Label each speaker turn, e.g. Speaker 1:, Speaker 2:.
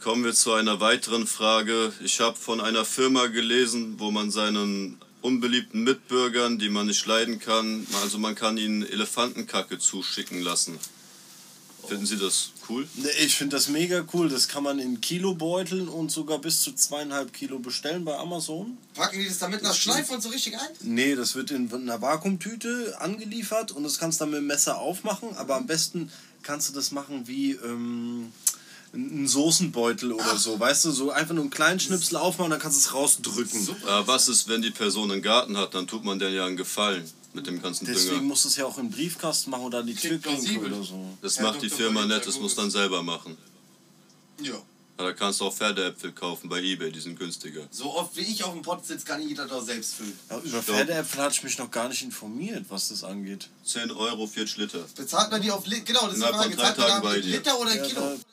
Speaker 1: Kommen wir zu einer weiteren Frage. Ich habe von einer Firma gelesen, wo man seinen unbeliebten Mitbürgern, die man nicht leiden kann, also man kann ihnen Elefantenkacke zuschicken lassen. Finden Sie das cool?
Speaker 2: Ne, Ich finde das mega cool. Das kann man in Kilobeuteln und sogar bis zu zweieinhalb Kilo bestellen bei Amazon.
Speaker 3: Packen die das da mit einer Schleife und so richtig ein?
Speaker 2: Nee, das wird in einer Vakuumtüte angeliefert und das kannst du dann mit dem Messer aufmachen. Aber am besten kannst du das machen wie ähm, ein Soßenbeutel oder so. Weißt du, so einfach nur einen kleinen Schnipsel aufmachen, dann kannst du es rausdrücken.
Speaker 1: Äh, was ist, wenn die Person einen Garten hat? Dann tut man denen ja einen Gefallen mit dem ganzen
Speaker 2: Deswegen
Speaker 1: Dünger.
Speaker 2: musst du es ja auch im Briefkasten machen oder an die
Speaker 3: Klingt
Speaker 2: Türklinke
Speaker 3: plausibel.
Speaker 2: oder so.
Speaker 1: Das
Speaker 3: Ja,
Speaker 1: macht die
Speaker 3: Dr.
Speaker 1: Firma
Speaker 3: Polizei
Speaker 1: nett, das muss
Speaker 3: Google.
Speaker 1: dann selber machen.
Speaker 3: Ja.
Speaker 1: Ja, da kannst du auch Pferdeäpfel kaufen bei Ebay, die sind günstiger.
Speaker 3: So oft wie ich auf dem Pott sitze, kann jeder doch selbst füllen.
Speaker 2: Ja, über Pferdeäpfel hatte ich mich noch gar nicht informiert, was das angeht.
Speaker 1: 10 Euro, 4 Liter.
Speaker 3: Bezahlt man die auf Liter? Genau, das ist die
Speaker 1: Innerhalb
Speaker 3: Frage.
Speaker 1: von drei
Speaker 3: Bezahlt man
Speaker 1: Tagen
Speaker 3: da
Speaker 1: bei
Speaker 3: mit
Speaker 1: dir.
Speaker 3: Liter oder
Speaker 2: Ja, genau.
Speaker 3: Kilo?
Speaker 2: da